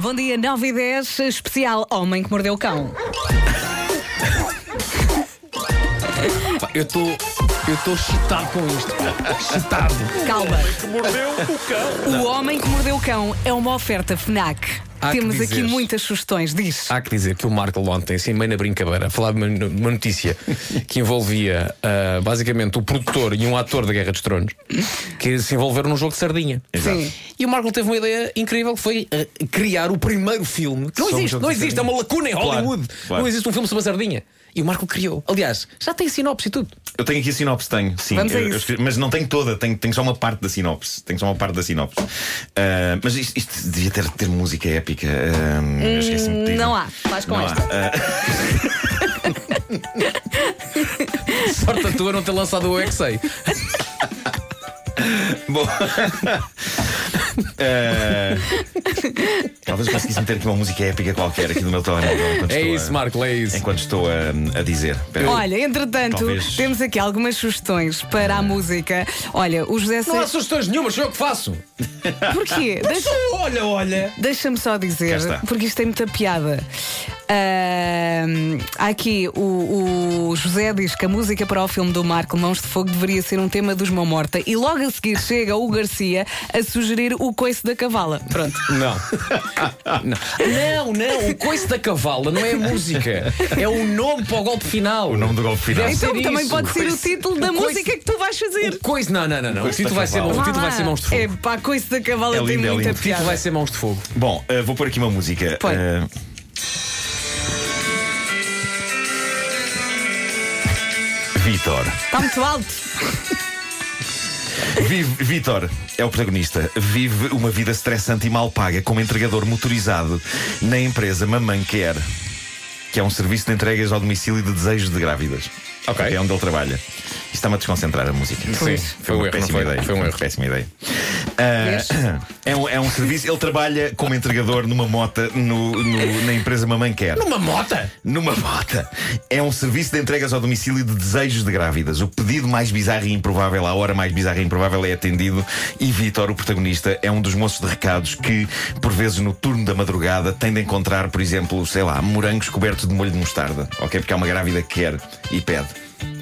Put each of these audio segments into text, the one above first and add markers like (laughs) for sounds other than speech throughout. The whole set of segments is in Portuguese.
Bom dia, 9 e 10, especial Homem que Mordeu o Cão. Pá, Eu estou. Eu estou chutado com isto. Chutado. Calma. Mordeu o cão. O Homem que Mordeu o Cão é uma oferta FNAC. Há que Temos aqui dizeres. muitas sugestões, diz. (laughs) Há que dizer que o Marco ontem, assim, meio na brincadeira, falava de uma, uma notícia que envolvia ah, basicamente o produtor e um ator da Guerra dos Tronos que se envolveram num jogo de sardinha. Sim. E o Marco teve uma ideia incrível que foi ah, criar o primeiro filme. Que não Sobre um existe, jogo não de existe, é uma lacuna em Hollywood. claro. Não existe um filme sobre a sardinha. E o Marco criou. Aliás, já tem sinopse e tudo. Eu tenho aqui a sinopse, tenho, sim. Vamos a Eu- eu isso. escrevi- mas não tenho toda, tenho, tenho só uma parte da sinopse. Tenho só uma parte da sinopse. Ah, mas isto, isto devia ter, ter música épica. Ah, eu esqueci-me de pedir. Hum, Não há, faz com Não há. esta. Sorte a É tua não ter lançado o UXA. Ah, Bom. (laughs) Eh, Talvez conseguisse meter aqui uma música épica qualquer aqui no meu telemóvel. enquanto É estou a- isso, Marco, é isso. Enquanto estou a, a dizer. Espera aí. Olha, entretanto, Talvez. temos aqui algumas sugestões para a música. Olha, o José Não há Seixas. sugestões nenhumas, sou eu que faço. (laughs) Porquê? Deixa- Olha, olha. Deixa-me só Cá dizer, está. porque isto tem muita piada. Ahm, Há aqui o, o José diz que a música para o filme do Marco Mãos de Fogo deveria ser um tema dos Mão Morta. E logo a seguir chega o Garcia a sugerir o coice da cavala. Pronto. Não. não. Não, não, o coice da cavala não é a música. É o nome para o golpe final. O nome do golpe final. Deve Então ser também isso. pode ser o Coice- título da o coice- música que tu vais fazer. O coice, não, não, não, não. O Coice da título vai ser, o cavala. título vai ser mãos de É fogo. pá, coice da cavala É tem lindo, é muita lindo. O título piada. vai ser mãos de fogo. Bom, eh, vou pôr aqui uma música. Põe. Eh, Vítor. Está muito alto. Vive, Vitor é o protagonista. Vive uma vida estressante e mal paga como entregador motorizado na empresa Mamãe Quer, que é um serviço de entregas ao domicílio de desejos de grávidas. Ok. É onde ele trabalha. Isto está-me a desconcentrar a música. Pois. foi um erro. uma não péssima Foi, ideia. foi um erro. Péssima ideia. Ah, é, um, é um serviço. Ele trabalha como entregador numa mota no- no- na empresa Mamãe Quer. Numa mota? Numa bota. É um serviço de entregas ao domicílio de desejos de grávidas. O pedido mais bizarro e improvável, à hora mais bizarra e improvável é atendido. E Vitor, o protagonista, é um dos moços de recados que, por vezes no turno da madrugada, tem de encontrar, por exemplo, sei lá, morangos cobertos de molho de mostarda. Ok? Porque há uma grávida que quer e pede.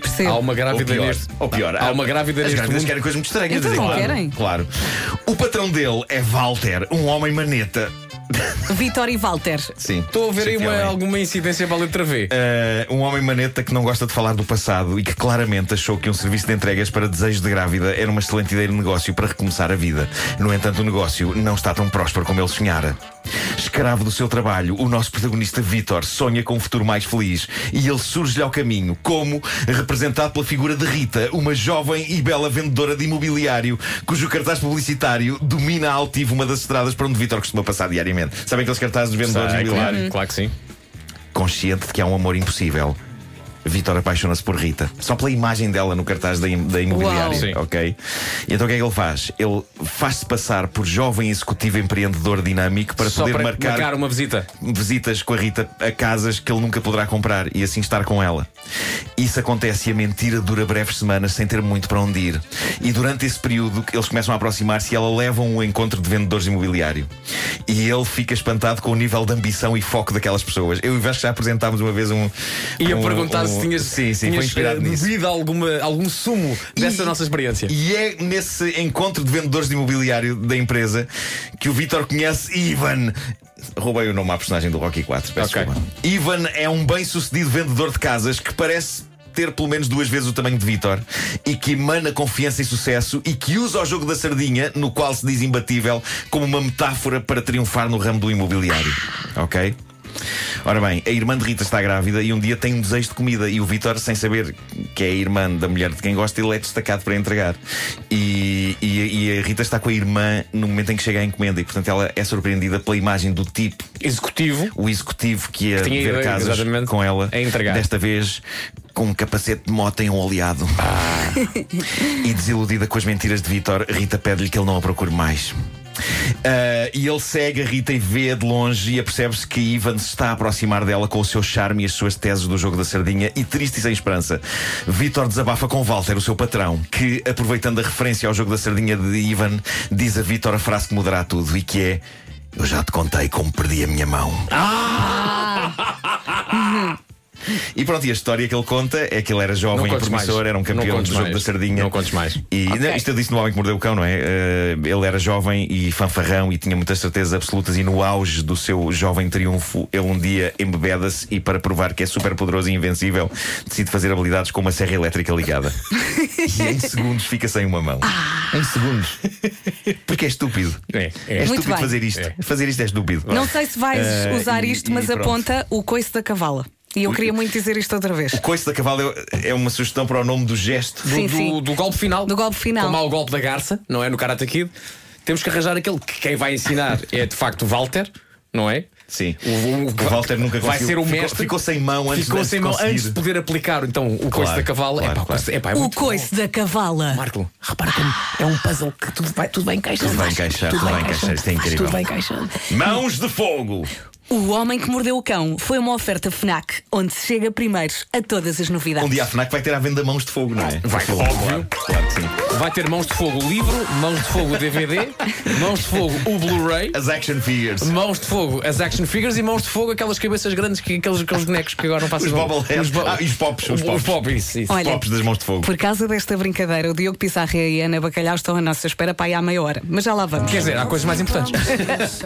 Percebo. Há uma grávida ou pior, neste. Ou pior Há uma grávida as neste grávidas mundo. querem coisas muito estranhas. Então dizem, não claro, querem. Claro. O patrão dele é Walter, um homem maneta. Vitor e Walter. Sim. Estou a ver aí uma- Chateou, hein? alguma incidência para a letra V. Uh, um homem maneta que não gosta de falar do passado e que claramente achou que um serviço de entregas para desejos de grávida era uma excelente ideia de negócio para recomeçar a vida. No entanto, o negócio não está tão próspero como ele sonhara. Escravo do seu trabalho, o nosso protagonista Vitor sonha com um futuro mais feliz e ele surge-lhe ao caminho, como representado pela figura de Rita, uma jovem e bela vendedora de imobiliário cujo cartaz publicitário domina a altivo uma das estradas para onde Vitor costuma passar diariamente. Sabem aqueles cartazes de vendedores de Sai, imobiliário? claro, claro que sim. Uhum. consciente de que há um amor impossível. Vitor apaixona-se por Rita, só pela imagem dela no cartaz da, im- da Uau. imobiliária, Sim. ok? E então o que é que ele faz? Ele faz-se passar por jovem executivo empreendedor dinâmico para Só poder para marcar, marcar uma visita. visitas com a Rita a casas que ele nunca poderá comprar e assim estar com ela. Isso acontece e a mentira dura breves semanas sem ter muito para onde ir. E durante esse período eles começam a aproximar-se e ela leva um encontro de vendedores de imobiliário. E ele fica espantado com o nível de ambição e foco daquelas pessoas. Eu e o Vasco já apresentámos uma vez um. Ia um- perguntar se um- tinhas, Sim, sim, foi tinhas inspirado eh, nisso. bebido alguma, algum sumo dessa E- nossa experiência. E é nesse encontro de vendedores de imobiliário da empresa que o Vitor conhece Ivan. Roubei o nome à personagem do Rocky 4, peço Ok. desculpa. Ivan é um bem-sucedido vendedor de casas que parece ter pelo menos duas vezes o tamanho de Vitor e que emana confiança e sucesso e que usa o jogo da sardinha, no qual se diz imbatível, como uma metáfora para triunfar no ramo do imobiliário. Ok? Ora bem, a irmã de Rita está grávida e um dia tem um desejo de comida. E o Vitor, sem saber que é a irmã da mulher de quem gosta, ele é destacado para entregar. E, e- e a Rita está com a irmã no momento em que chega a encomenda. E portanto ela é surpreendida pela imagem do tipo, Executivo. o executivo que ia Que tinha ver ido, casas exatamente, com ela. a entregar. Desta vez com um capacete de moto em um oleado. Ah. E desiludida com as mentiras de Vitor, Rita pede-lhe que ele não a procure mais. Ah, e ele segue a Rita e vê de longe e apercebe-se que Ivan se está a aproximar dela com o seu charme e as suas teses do jogo da sardinha e triste e sem esperança. Vitor desabafa com Walter, o seu patrão, que, aproveitando a referência ao jogo da sardinha de Ivan, diz a Vitor a frase que mudará tudo e que é Eu já te contei como perdi a minha mão. E pronto, e a história que ele conta é que ele era Não jovem e contes promissor, mais. era um Não campeão contes do jogo mais. da sardinha. Não contes mais. E Ok. não, isto eu disse no Homem que Mordeu o Cão, não é? Eh, ele era jovem e fanfarrão e tinha muitas certezas absolutas. E no auge do seu jovem triunfo, ele um dia embebeda-se e, para provar que é super poderoso e invencível, decide fazer habilidades com uma serra (laughs) elétrica ligada. e em segundos fica sem uma mão. Ah. Em segundos. Porque é estúpido. É, é. É Muito estúpido bem. fazer isto. É. Fazer isto é estúpido. Não sei se vais Eh, usar e- isto, e mas pronto. aponta o coice da cavala. E eu queria muito dizer isto outra vez. O coice da cavalo é- é uma sugestão para o nome do gesto. do, Sim, do- sim. do golpe final. Do golpe final. Como há o golpe da garça, não é? No Karate Kid. Temos que arranjar aquele que quem vai ensinar é de facto o Walter, não é? Sim. O, o- O Walter nunca vai conseguiu. ser o Ficou- mestre. ficou sem mão antes Ficou de- sem de mão conseguir. antes de poder aplicar então o coice da cavalo. claro, é, pá, o coice- claro. é, pá, é O muito bom. coice da cavala. Marco, repara como é um puzzle que tudo vai, tudo vai encaixando. Tudo vai encaixar, tudo vai encaixar. Isto é incrível. Tudo vai encaixando. Mãos de fogo! O Homem que Mordeu o Cão foi uma oferta FNAC, onde se chega primeiro a todas as novidades. Um dia a FNAC vai ter à venda mãos de fogo, não é? Vai, Fogo, óbvio. Claro, claro que sim. Vai ter mãos de fogo o livro, mãos de fogo o DVD, mãos de fogo o Blu-ray. As action figures. Mãos de fogo, as action figures e mãos de fogo, aquelas cabeças grandes, que, aqueles, aqueles bonecos que agora não passam Os bobbleheads. Os bo- Ah, e os pops, os Os pops. pop, isso, isso. Olha, Pops das mãos de fogo. Por causa desta brincadeira, o Diogo Pissarra e a Ana Bacalhau estão à nossa espera para aí à meia hora. Mas já lá vamos. Quer dizer, há coisas mais importantes.